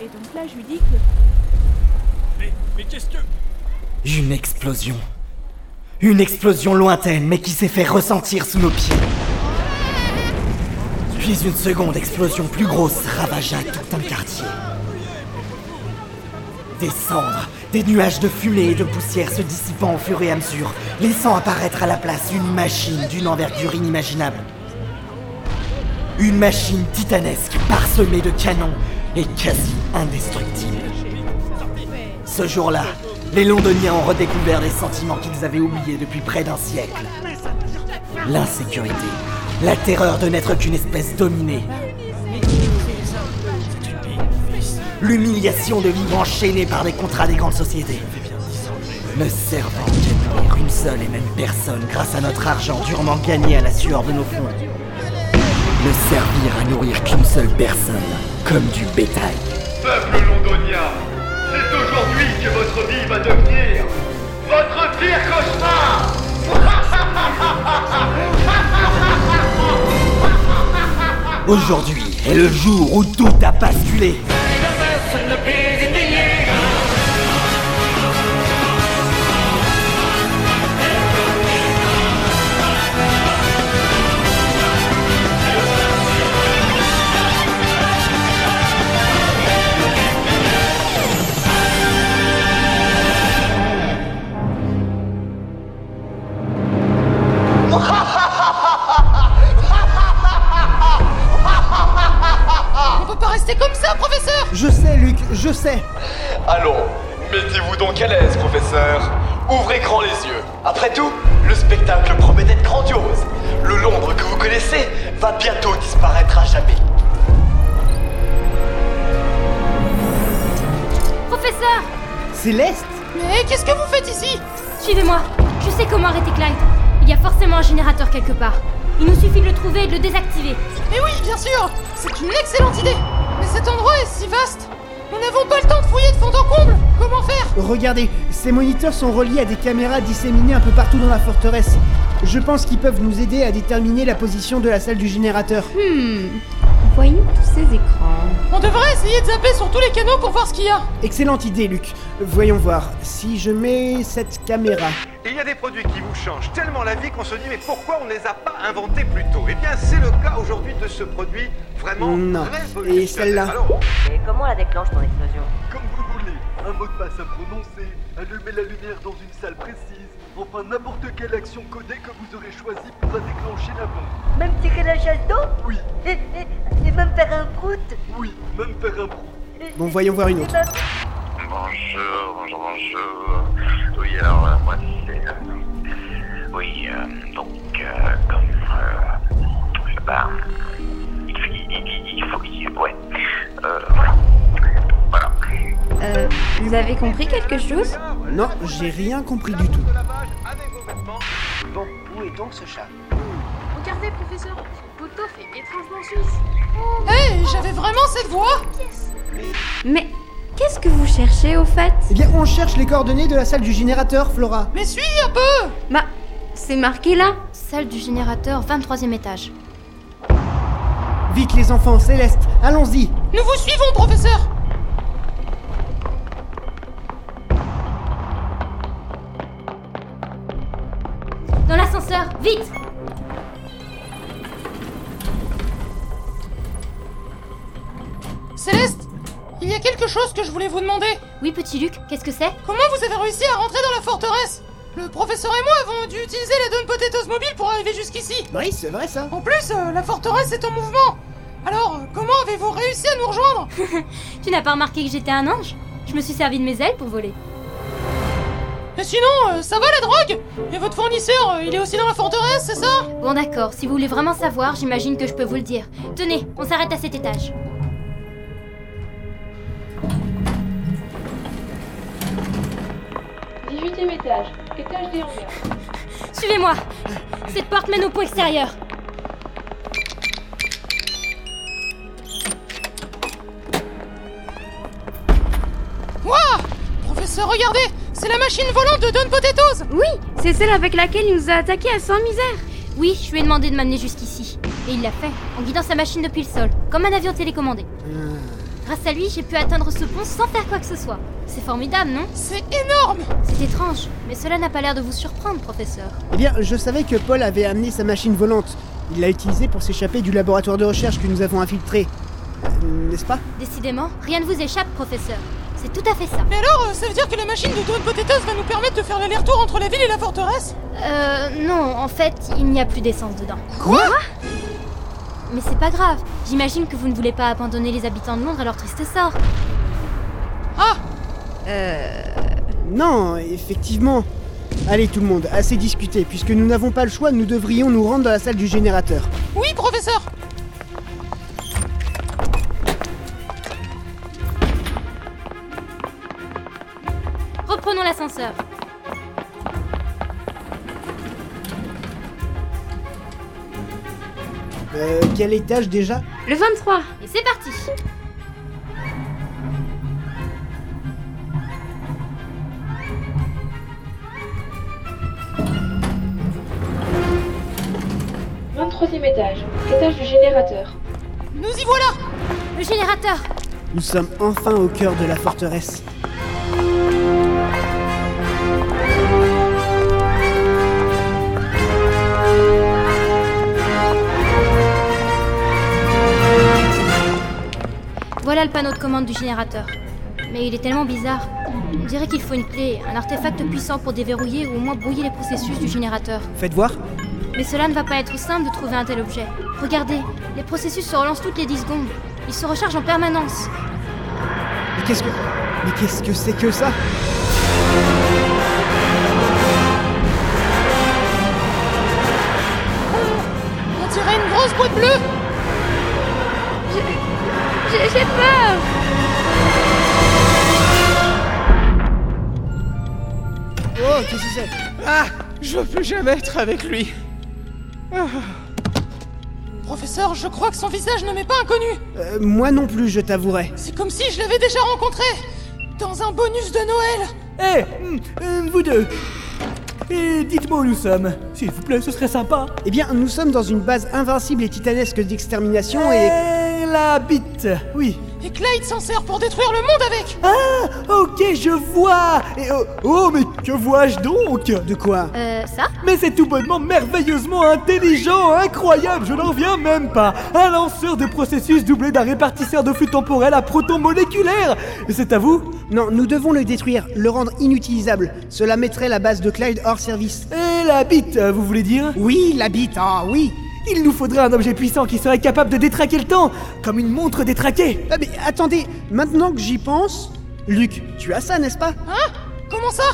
Et donc là, je lui dis que. Mais, mais qu'est-ce que. Une explosion. Une explosion lointaine, mais qui s'est fait ressentir sous nos pieds. Puis une seconde explosion plus grosse ravagea tout un quartier. Des cendres, des nuages de fumée et de poussière se dissipant au fur et à mesure, laissant apparaître à la place une machine d'une envergure inimaginable. Une machine titanesque, parsemée de canons et quasi indestructible. Ce jour-là, les Londoniens ont redécouvert des sentiments qu'ils avaient oubliés depuis près d'un siècle. L'insécurité, la terreur de n'être qu'une espèce dominée. L'humiliation de vivre enchaîné par des contrats des grandes sociétés. Ne servant qu'à nourrir une seule et même personne grâce à notre argent durement gagné à la sueur de nos fonds. Ne servir à nourrir qu'une seule personne, comme du bétail. Peuple londonien, c'est aujourd'hui que votre vie va devenir votre pire cauchemar Aujourd'hui est le jour où tout a basculé. On peut pas rester comme ça, professeur Je sais, Luc, je sais. Allons, mettez-vous donc à l'aise, professeur. Ouvrez grand les yeux. Après tout, le spectacle promet d'être grandiose. Le Londres que vous connaissez va bientôt disparaître à jamais. Professeur Céleste Mais qu'est-ce que vous faites ici Suivez-moi Je sais comment arrêter Clyde. Il y a forcément un générateur quelque part. Il nous suffit de le trouver et de le désactiver. Mais Eh oui, bien sûr C'est une excellente idée Mais cet endroit est si vaste Nous n'avons pas le temps de fouiller de fond en comble Comment faire Regardez, ces moniteurs sont reliés à des caméras disséminées un peu partout dans la forteresse. Je pense qu'ils peuvent nous aider à déterminer la position de la salle du générateur. Voyons tous ces écrans. On devrait essayer de zapper sur tous les canaux pour voir ce qu'il y a Excellente idée, Luc. Voyons voir. Si je mets cette caméra. Il y a des produits qui vous changent tellement la vie qu'on se dit mais pourquoi on ne les a pas inventés plus tôt Eh bien c'est le cas aujourd'hui de ce produit vraiment Non. révolutionnaire. Et celle-là Alors, Mais comment la déclenche ton explosion Comme vous voulez, un mot de passe à prononcer, allumer la lumière dans une salle précise, enfin n'importe quelle action codée que vous aurez choisie pourra déclencher la bombe. Même tirer la chasse d'eau Oui, et, et- et même faire un prout oui, même faire un bruit. Bon, voyons voir une autre. Bonjour, bonjour, bonjour. Oui, alors, euh, moi, c'est. euh, Oui, euh, donc, euh, comme. Euh, bah. Il, il- il faut. il- ouais. Euh, voilà. Voilà. Euh, vous avez compris quelque chose Non, j'ai rien compris du tout. Bon, où est donc ce chat Regardez, professeur Son poteau fait étrangement suisse Hé, Eh, j'avais vraiment cette voix Mais qu'est-ce que vous cherchez au fait Eh bien, on cherche les coordonnées de la salle du générateur, Flora. Mais suis un peu Bah, c'est marqué là. Salle du générateur, 23 e étage. Vite, les enfants, Céleste, allons-y. Nous vous suivons, professeur Dans l'ascenseur, vite Céleste Il y a quelque chose que je voulais vous demander Oui, petit Luc, qu'est-ce que c'est Comment vous avez réussi à rentrer dans la forteresse Le professeur et moi avons dû utiliser la donne potatoes mobile pour arriver jusqu'ici Oui, c'est vrai ça. En plus, euh, la forteresse est en mouvement Alors, euh, comment avez-vous réussi à nous rejoindre Tu n'as pas remarqué que j'étais un ange Je me suis servi de mes ailes pour voler. Et sinon, euh, ça va la drogue Et votre fournisseur, euh, il est aussi dans la forteresse, c'est ça Bon d'accord, si vous voulez vraiment savoir, j'imagine que je peux vous le dire. Tenez, on s'arrête à cet étage. Suivez-moi Cette porte mène au pont extérieur. Waouh Professeur, regardez C'est la machine volante de Don Potatoes Oui, c'est celle avec laquelle il nous a attaqués à sans misère. Oui, je lui ai demandé de m'amener jusqu'ici. Et il l'a fait, en guidant sa machine depuis le sol, comme un avion télécommandé. Grâce à lui, j'ai pu atteindre ce pont sans faire quoi que ce soit. C'est formidable, non C'est énorme C'est étrange, mais cela n'a pas l'air de vous surprendre, professeur. Eh bien, je savais que Paul avait amené sa machine volante. Il l'a utilisée pour s'échapper du laboratoire de recherche que nous avons infiltré. Euh, N'est-ce pas Décidément, rien ne vous échappe, professeur. C'est tout à fait ça. Mais alors, euh, ça veut dire que la machine de Don Potatoes va nous permettre de faire l'aller-retour entre la ville et la forteresse Euh, non, en fait, il n'y a plus d'essence dedans. Quoi Mais c'est pas grave, j'imagine que vous ne voulez pas abandonner les habitants de Londres à leur triste sort. Ah Non, effectivement. Allez tout le monde, assez discuté. Puisque nous n'avons pas le choix, nous devrions nous rendre dans la salle du générateur. Oui, professeur Reprenons l'ascenseur. Euh, quel étage déjà Le 23 Et c'est parti Nous y voilà Le générateur Nous sommes enfin au cœur de la forteresse. Voilà le panneau de commande du générateur. Mais il est tellement bizarre. On dirait qu'il faut une clé, un artefact puissant pour déverrouiller ou au moins brouiller les processus du générateur. Faites voir. Mais cela ne va pas être simple de trouver un tel objet. Regardez, les processus se relancent toutes les 10 secondes. Ils se rechargent en permanence. Mais qu'est-ce que. Mais qu'est-ce que c'est que ça On dirait une grosse boîte bleue J'ai j'ai peur Oh, qu'est-ce que c'est Je veux plus jamais être avec lui. Professeur, je crois que son visage ne m'est pas inconnu Euh, Moi non plus, je t'avouerai. C'est comme si je l'avais déjà rencontré Dans un bonus de Noël Eh, hum, euh, vous deux Et dites-moi où nous sommes. S'il vous plaît, ce serait sympa. Eh bien, nous sommes dans une base invincible et titanesque d'extermination et. Et Eh, la bite Oui. Et Clyde s'en sert pour détruire le monde avec Ah Ok, je vois Et oh, oh, mais que vois-je donc De quoi Euh, ça Mais c'est tout bonnement merveilleusement intelligent, incroyable, je n'en viens même pas Un lanceur de processus doublé d'un répartisseur de flux temporel à proton moléculaire C'est à vous Non, nous devons le détruire, le rendre inutilisable. Cela mettrait la base de Clyde hors service. Et la bite, euh, vous voulez dire Oui, la bite, ah oui Il nous faudrait un objet puissant qui serait capable de détraquer le temps, comme une montre détraquée Ah mais attendez, maintenant que j'y pense... Luc, tu as ça, n'est-ce pas Hein Comment ça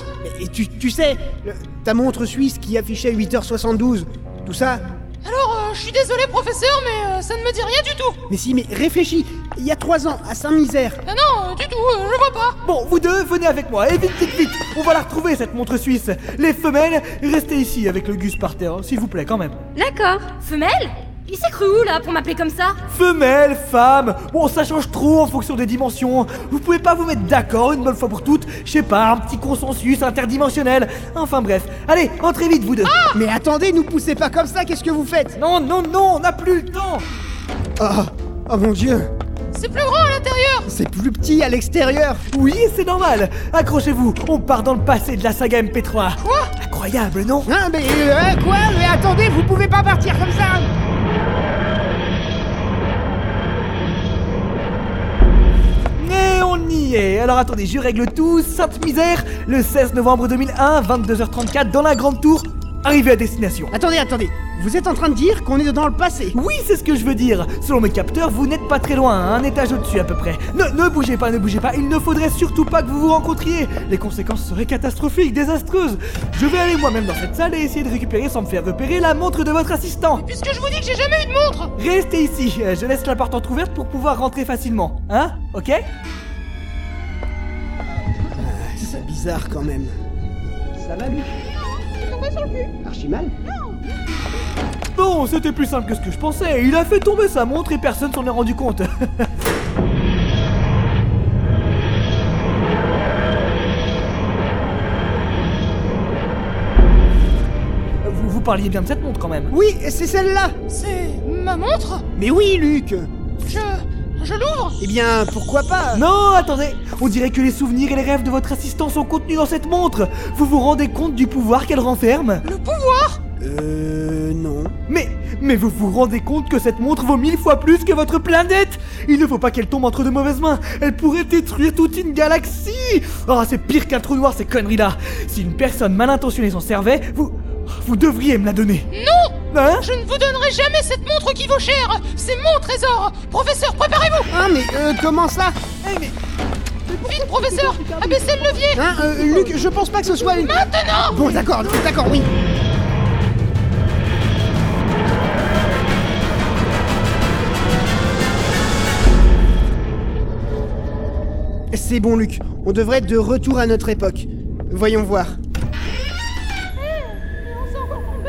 Et tu, tu sais, le- ta montre suisse qui affichait 8h72, tout ça... Alors, euh, je suis désolé, professeur, mais euh, ça ne me dit rien du tout Mais si, mais réfléchis, il y a 3 ans, à Saint-Misère... Ah non, euh, du tout, euh, je vois pas Bon, vous deux, venez avec moi, et vite, vite, vite On va la retrouver, cette montre suisse Les femelles, restez ici avec le gus par terre, hein, s'il vous plaît, quand même D'accord. Femelle Il s'est cru où là pour m'appeler comme ça Femelles, femmes, bon, ça change trop en fonction des dimensions Vous pouvez pas vous mettre d'accord une bonne fois pour toutes Je sais pas, un petit consensus interdimensionnel Enfin bref, allez, entrez vite, vous deux Mais attendez, nous poussez pas comme ça, qu'est-ce que vous faites Non, non, non, on n'a plus le temps Oh, oh mon dieu, C'est plus grand à l'intérieur c'est plus petit à l'extérieur Oui, c'est normal Accrochez-vous, on part dans le passé de la saga MP3 Quoi Incroyable, non Hein, mais euh, quoi Mais attendez, vous pouvez pas partir comme ça Et on y est Alors attendez, je règle tout. Sainte misère, le 16 novembre 2001, 22h34, dans la Grande Tour, arrivé à destination. Attendez, attendez, vous êtes en train de dire qu'on est dans le passé Oui, c'est ce que je veux dire. Selon mes capteurs, vous n'êtes pas très loin, hein, un étage au-dessus à peu près. Ne, ne bougez pas, ne bougez pas. Il ne faudrait surtout pas que vous vous rencontriez. Les conséquences seraient catastrophiques, désastreuses. Je vais aller moi-même dans cette salle et essayer de récupérer sans me faire repérer la montre de votre assistant. Puisque je vous dis que j'ai jamais eu de montre Restez ici. euh, Je laisse la porte entrouverte pour pouvoir rentrer facilement. Hein Ok Ah, C'est bizarre quand même. Ça va, Luc Archi mal Bon, c'était plus simple que ce que je pensais. Il a fait tomber sa montre et personne s'en est rendu compte. vous, vous parliez bien de cette montre quand même. Oui, c'est celle-là C'est... ma montre Mais oui, Luc Je... Je l'ouvre Eh bien, pourquoi pas Non, attendez On dirait que les souvenirs et les rêves de votre assistant sont contenus dans cette montre Vous vous rendez compte du pouvoir qu'elle renferme Le pouvoir Euh... non. Mais... Mais vous vous rendez compte que cette montre vaut mille fois plus que votre planète Il ne faut pas qu'elle tombe entre de mauvaises mains Elle pourrait détruire toute une galaxie Oh, c'est pire qu'un trou noir ces conneries-là Si une personne mal intentionnée s'en servait, vous... Vous devriez me la donner Non Hein Je ne vous donnerai jamais cette montre qui vaut cher C'est mon trésor Professeur, préparez-vous Ah, mais euh, comment ça Vite, professeur Abaissez le levier Hein, euh, Luc, je pense pas que ce soit... une- Maintenant Bon, d'accord, d'accord, oui. C'est bon, Luc. On devrait être de retour à notre époque. Voyons voir. On s'est encore trompé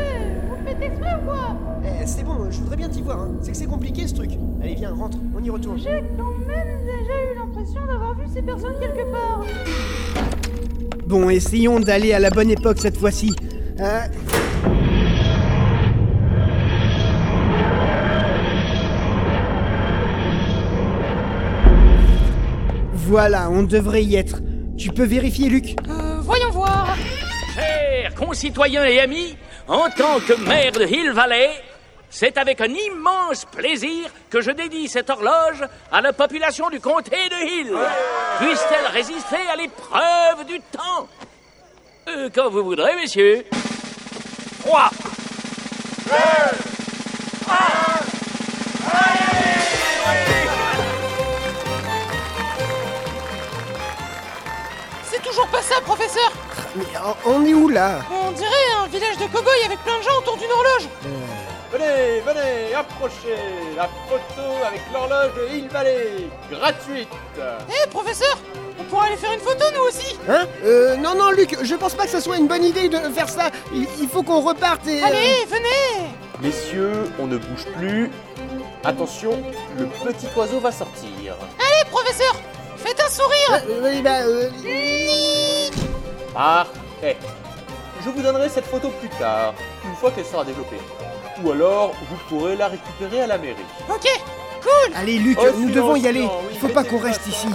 Vous faites exprès ou quoi eh, c'est bon, je voudrais bien t'y voir. hein. C'est que c'est compliqué ce truc. Allez, viens, rentre, on y retourne. J'ai quand même déjà eu l'impression d'avoir vu ces personnes quelque part Bon, essayons d'aller à la bonne époque cette fois-ci. Euh, Voilà, on devrait y être. Tu peux vérifier, Luc Euh, voyons voir Chers concitoyens et amis, en tant que maire de Hill Valley, c'est avec un immense plaisir que je dédie cette horloge à la population du comté de Hill. Puisse-t-elle résister à l'épreuve du temps Euh, Quand vous voudrez, messieurs. 3, C'est toujours pas ça, professeur Mais on- on est où là On dirait un village de cow-boys avec plein de gens autour d'une horloge Venez, venez, approchez La photo avec l'horloge de Hill Valley, gratuite Hé, Eh, professeur On pourrait aller faire une photo, nous aussi Hein Euh, non, non, Luc, je pense pas que ce soit une bonne idée de faire ça. Il, il faut qu'on reparte et... euh, Allez, venez Messieurs, on ne bouge plus. Attention, le petit oiseau va sortir. Allez, professeur Faites un sourire euh, oui, bah, euh, Parfait Je vous donnerai cette photo plus tard, une fois qu'elle sera développée. Ou alors, vous pourrez la récupérer à la mairie. Ok, cool Allez, Luc, Oh, nous silence, devons y aller. silence, oui, Il faut pas qu'on reste ici.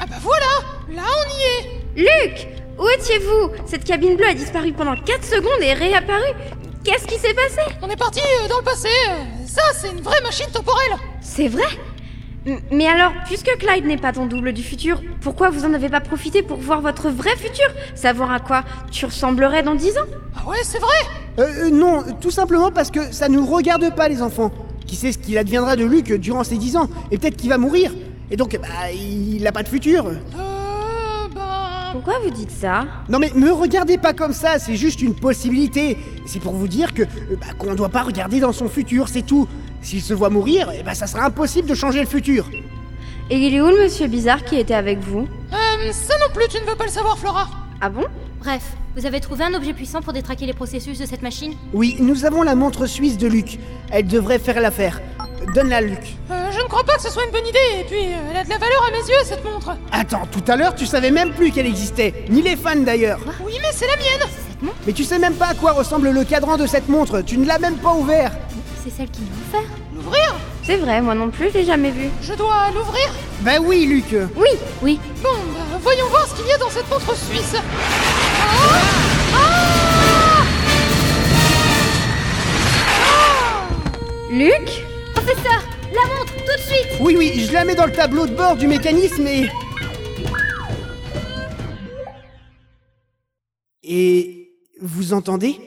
Ah bah voilà Là, on y est Luc Où étiez-vous Cette cabine bleue a disparu pendant 4 secondes et est réapparue. Qu'est-ce qui s'est passé On est parti euh, dans le passé euh, Ça, c'est une vraie machine temporelle C'est vrai M- Mais alors, puisque Clyde n'est pas ton double du futur, pourquoi vous en avez pas profité pour voir votre vrai futur Savoir à quoi tu ressemblerais dans 10 ans Ah ouais, c'est vrai Euh, euh, non, tout simplement parce que ça nous regarde pas, les enfants. Qui sait ce qu'il adviendra de Luc durant ses 10 ans Et peut-être qu'il va mourir. Et donc, bah, il a pas de futur. Euh, bah, Pourquoi vous dites ça Non mais me regardez pas comme ça, c'est juste une possibilité. C'est pour vous dire que euh, bah, qu'on ne doit pas regarder dans son futur, c'est tout. S'il se voit mourir, eh bah, ça sera impossible de changer le futur. Et il est où le monsieur bizarre qui était avec vous Euh, ça non plus, tu ne veux pas le savoir, Flora Ah bon Bref, vous avez trouvé un objet puissant pour détraquer les processus de cette machine Oui, nous avons la montre suisse de Luc. Elle devrait faire l'affaire. Donne-la, Luc. Euh, je ne crois pas que ce soit une bonne idée, et puis euh, elle a de la valeur à mes yeux, cette montre Attends, tout à l'heure, tu savais même plus qu'elle existait, ni les fans d'ailleurs. Oui, mais c'est la mienne Mais tu sais même pas à quoi ressemble le cadran de cette montre, tu ne l'as même pas ouvert. C'est celle qui l'a offert L'ouvrir C'est vrai, moi non plus, je l'ai jamais vu. Je dois l'ouvrir Bah oui, Luc. euh, Oui Oui. Bon, bah, voyons voir ce qu'il y a dans cette montre suisse Luc Professeur, la montre, tout de suite Oui, oui, je la mets dans le tableau de bord du mécanisme et... Et... Vous entendez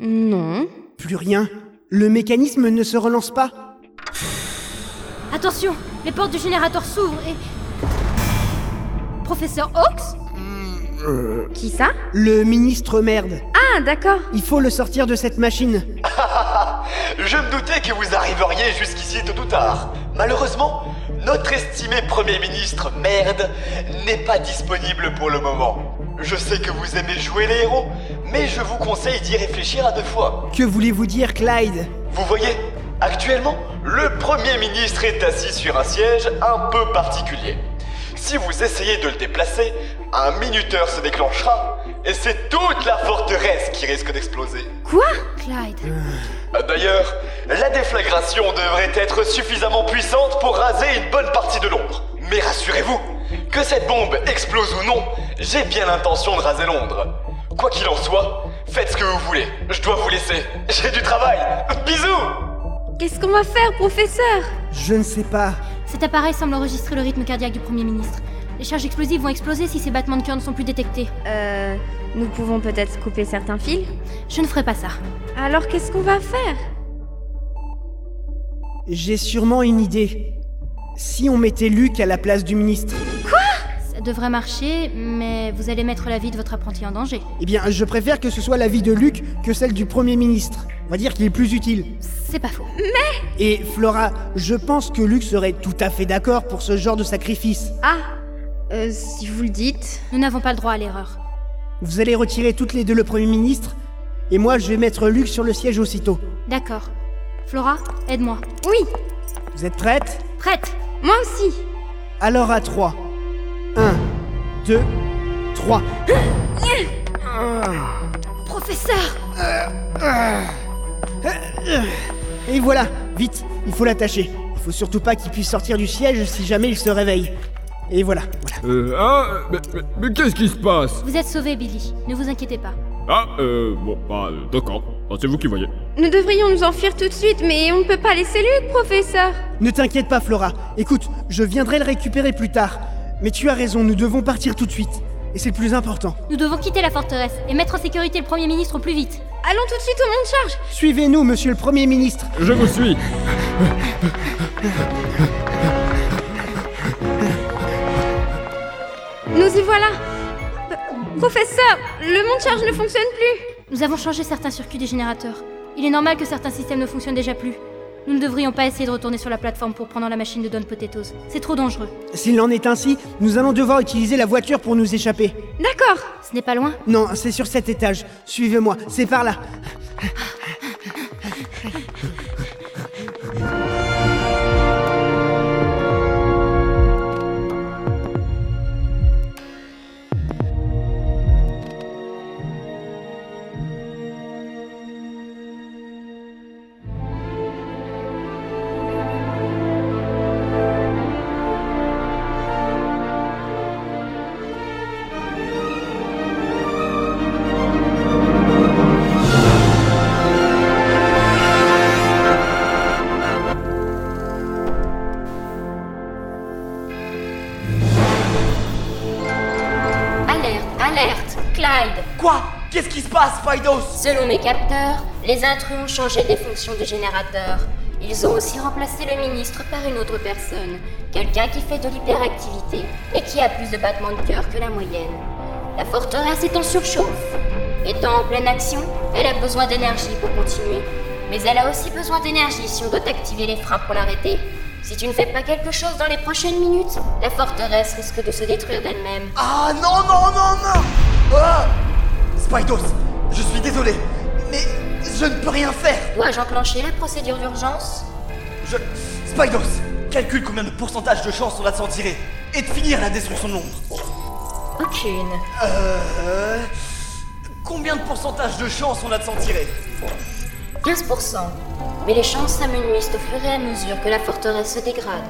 Non. Plus rien. Le mécanisme ne se relance pas. Attention, les portes du générateur s'ouvrent et... Professeur Hawks Qui ça Le ministre merde. Ah, d'accord. Il faut le sortir de cette machine. Je me doutais que vous arriveriez jusqu'ici tôt ou tard. Malheureusement, notre estimé Premier ministre Merde n'est pas disponible pour le moment. Je sais que vous aimez jouer les héros, mais je vous conseille d'y réfléchir à deux fois. Que voulez-vous dire, Clyde Vous voyez, Actuellement, le Premier ministre est assis sur un siège un peu particulier. Si vous essayez de le déplacer, un minuteur se déclenchera et c'est toute la forteresse qui risque d'exploser. Quoi Clyde D'ailleurs, la déflagration devrait être suffisamment puissante pour raser une bonne partie de Londres. Mais rassurez-vous, que cette bombe explose ou non, j'ai bien l'intention de raser Londres. Quoi qu'il en soit, faites ce que vous voulez. Je dois vous laisser. J'ai du travail. Bisous Qu'est-ce qu'on va faire, professeur Je ne sais pas. Cet appareil semble enregistrer le rythme cardiaque du Premier ministre. Les charges explosives vont exploser si ces battements de cœur ne sont plus détectés. Euh. Nous pouvons peut-être couper certains fils Je ne ferai pas ça. Alors qu'est-ce qu'on va faire J'ai sûrement une idée. Si on mettait Luc à la place du ministre Ça devrait marcher, mais vous allez mettre la vie de votre apprenti en danger. Eh bien, je préfère que ce soit l'avis de Luc que celle du Premier ministre. On va dire qu'il est plus utile. C'est pas faux. Mais Et Flora, je pense que Luc serait tout à fait d'accord pour ce genre de sacrifice. Ah Euh, si vous le dites. Nous n'avons pas le droit à l'erreur. Vous allez retirer toutes les deux le Premier ministre, et moi je vais mettre Luc sur le siège aussitôt. D'accord. Flora, aide-moi. Oui Vous êtes prête Prête Moi aussi Alors à 3. 1, 2, 3. Professeur Et voilà, vite, il faut l'attacher. Il faut surtout pas qu'il puisse sortir du siège si jamais il se réveille. Et voilà, voilà. Euh, ah, mais, mais- mais qu'est-ce qui se passe Vous êtes sauvé, Billy. Ne vous inquiétez pas. Ah, euh, bon, bah, euh, d'accord. Ah, c'est vous qui voyez. Nous devrions nous enfuir tout de suite, mais on ne peut pas laisser Luc, professeur Ne t'inquiète pas, Flora. Écoute, je viendrai le récupérer plus tard. Mais tu as raison, nous devons partir tout de suite. Et c'est le plus important. Nous devons quitter la forteresse et mettre en sécurité le Premier ministre au plus vite. Allons tout de suite au monde charge Suivez-nous, monsieur le Premier ministre. Je vous suis. Nous y voilà P- Professeur, le monde charge ne fonctionne plus Nous avons changé certains circuits des générateurs. Il est normal que certains systèmes ne fonctionnent déjà plus. Nous ne devrions pas essayer de retourner sur la plateforme pour prendre la machine de Don Potatoes. C'est trop dangereux. S'il en est ainsi, nous allons devoir utiliser la voiture pour nous échapper. D'accord Ce n'est pas loin Non, c'est sur cet étage. Suivez-moi, c'est par là. Alerte, alerte, Clyde Quoi Qu'est-ce qui se passe, Paidos Selon mes capteurs, les intrus ont changé des fonctions de générateur. Ils ont aussi remplacé le ministre par une autre personne, quelqu'un qui fait de l'hyperactivité et qui a plus de battements de cœur que la moyenne. La forteresse est en surchauffe. Étant en pleine action, elle a besoin d'énergie pour continuer. Mais elle a aussi besoin d'énergie si on doit activer les freins pour l'arrêter. Si tu ne fais pas quelque chose dans les prochaines minutes, la forteresse risque de se détruire d'elle-même. Ah non, non, non, non Ah Spydos, je suis désolé, mais je ne peux rien faire Dois-je enclencher la procédure d'urgence Je... Spydos, calcule combien de pourcentage de chances on a de s'en tirer et de finir la destruction de Londres. Aucune. Euh... Combien de pourcentage de chances on a de s'en tirer 15%. Mais les chances s'amenuisent au fur et à mesure que la forteresse se dégrade.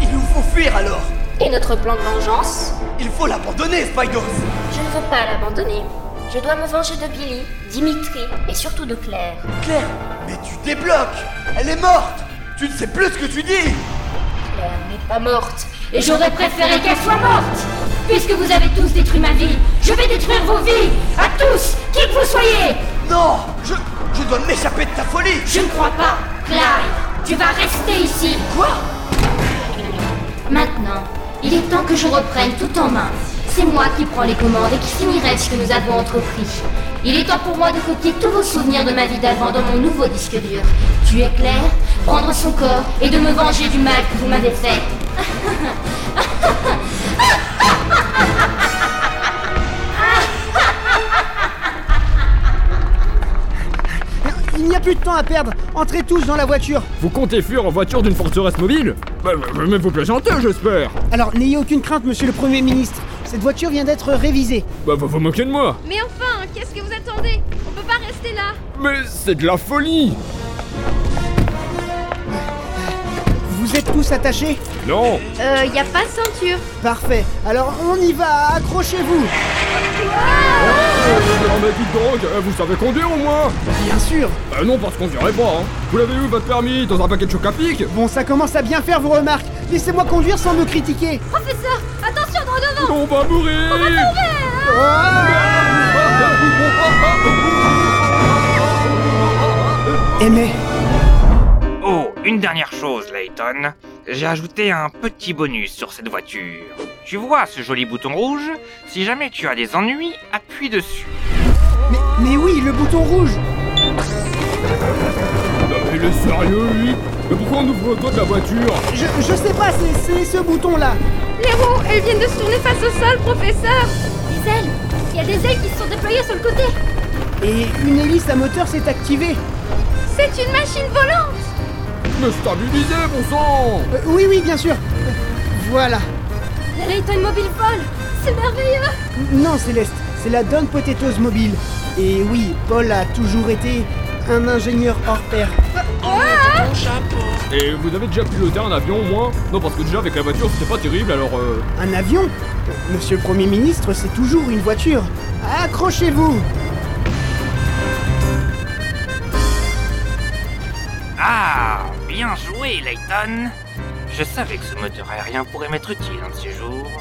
Il nous faut fuir alors Et notre plan de vengeance Il faut l'abandonner, Spydos Je ne veux pas l'abandonner. Je dois me venger de Billy, Dimitri et surtout de Claire. Claire, mais tu débloques Elle est morte Tu ne sais plus ce que tu dis Claire n'est pas morte. Et j'aurais préféré qu'elle soit morte Puisque vous avez tous détruit ma vie, je vais détruire vos vies À tous, qui que vous soyez Non Je... Je dois m'échapper de ta folie Je ne crois pas Clyde, tu vas rester ici Quoi Maintenant, il est temps que je reprenne tout en main. C'est moi qui prends les commandes et qui finirai ce que nous avons entrepris. Il est temps pour moi de copier tous vos souvenirs de ma vie d'avant dans mon nouveau disque dur. Tu es clair Prendre son corps et de me venger du mal que vous m'avez fait. Il n'y a plus de temps à perdre. Entrez tous dans la voiture. Vous comptez fuir en voiture d'une forteresse mobile Bah, bah, Mais vous plaisantez, j'espère Alors, n'ayez aucune crainte, monsieur le Premier ministre. Cette voiture vient d'être révisée. Bah, vous vous moquez de moi Mais enfin, qu'est-ce que vous attendez On peut pas rester là Mais c'est de la folie Vous êtes tous attachés Non Euh, y a pas de ceinture. Parfait. Alors, on y va. Accrochez-vous. Non mais dites donc, euh, vous savez conduire au moins Bien sûr Bah non, parce qu'on dirait pas, hein Vous l'avez eu, votre permis, dans un paquet de choc à pic Bon, ça commence à bien faire vos remarques. Laissez-moi conduire sans me critiquer. Professeur, attention droit devant On va mourir On va hein. tomber Ah Aimé Oh, une dernière chose, Layton. J'ai ajouté un petit bonus sur cette voiture. Tu vois ce joli bouton rouge Si jamais tu as des ennuis, appuie dessus. Mais, mais oui, le bouton rouge Non mais il est sérieux, lui Mais pourquoi on ouvre le toit de la voiture Je, je sais pas, c'est- c'est ce bouton-là. Les roues, elles viennent de se tourner face au sol, professeur Des ailes Il y a des ailes qui se sont déployées sur le côté Et une hélice à moteur s'est activée. C'est une machine volante Me stabiliser, bon sang Euh, oui, oui, bien sûr. Euh, Voilà. La Layton Mobile vole C'est merveilleux Non, Céleste, c'est la Don Potatoes mobile. Et oui, Paul a toujours été un ingénieur hors pair. Et vous avez déjà piloté un avion au moins Non, parce que déjà avec la voiture, c'était pas terrible, alors euh... Un avion Monsieur le Premier ministre, c'est toujours une voiture. Accrochez-vous Ah, bien joué, Layton. Je savais que ce moteur aérien pourrait m'être utile un de ces jours.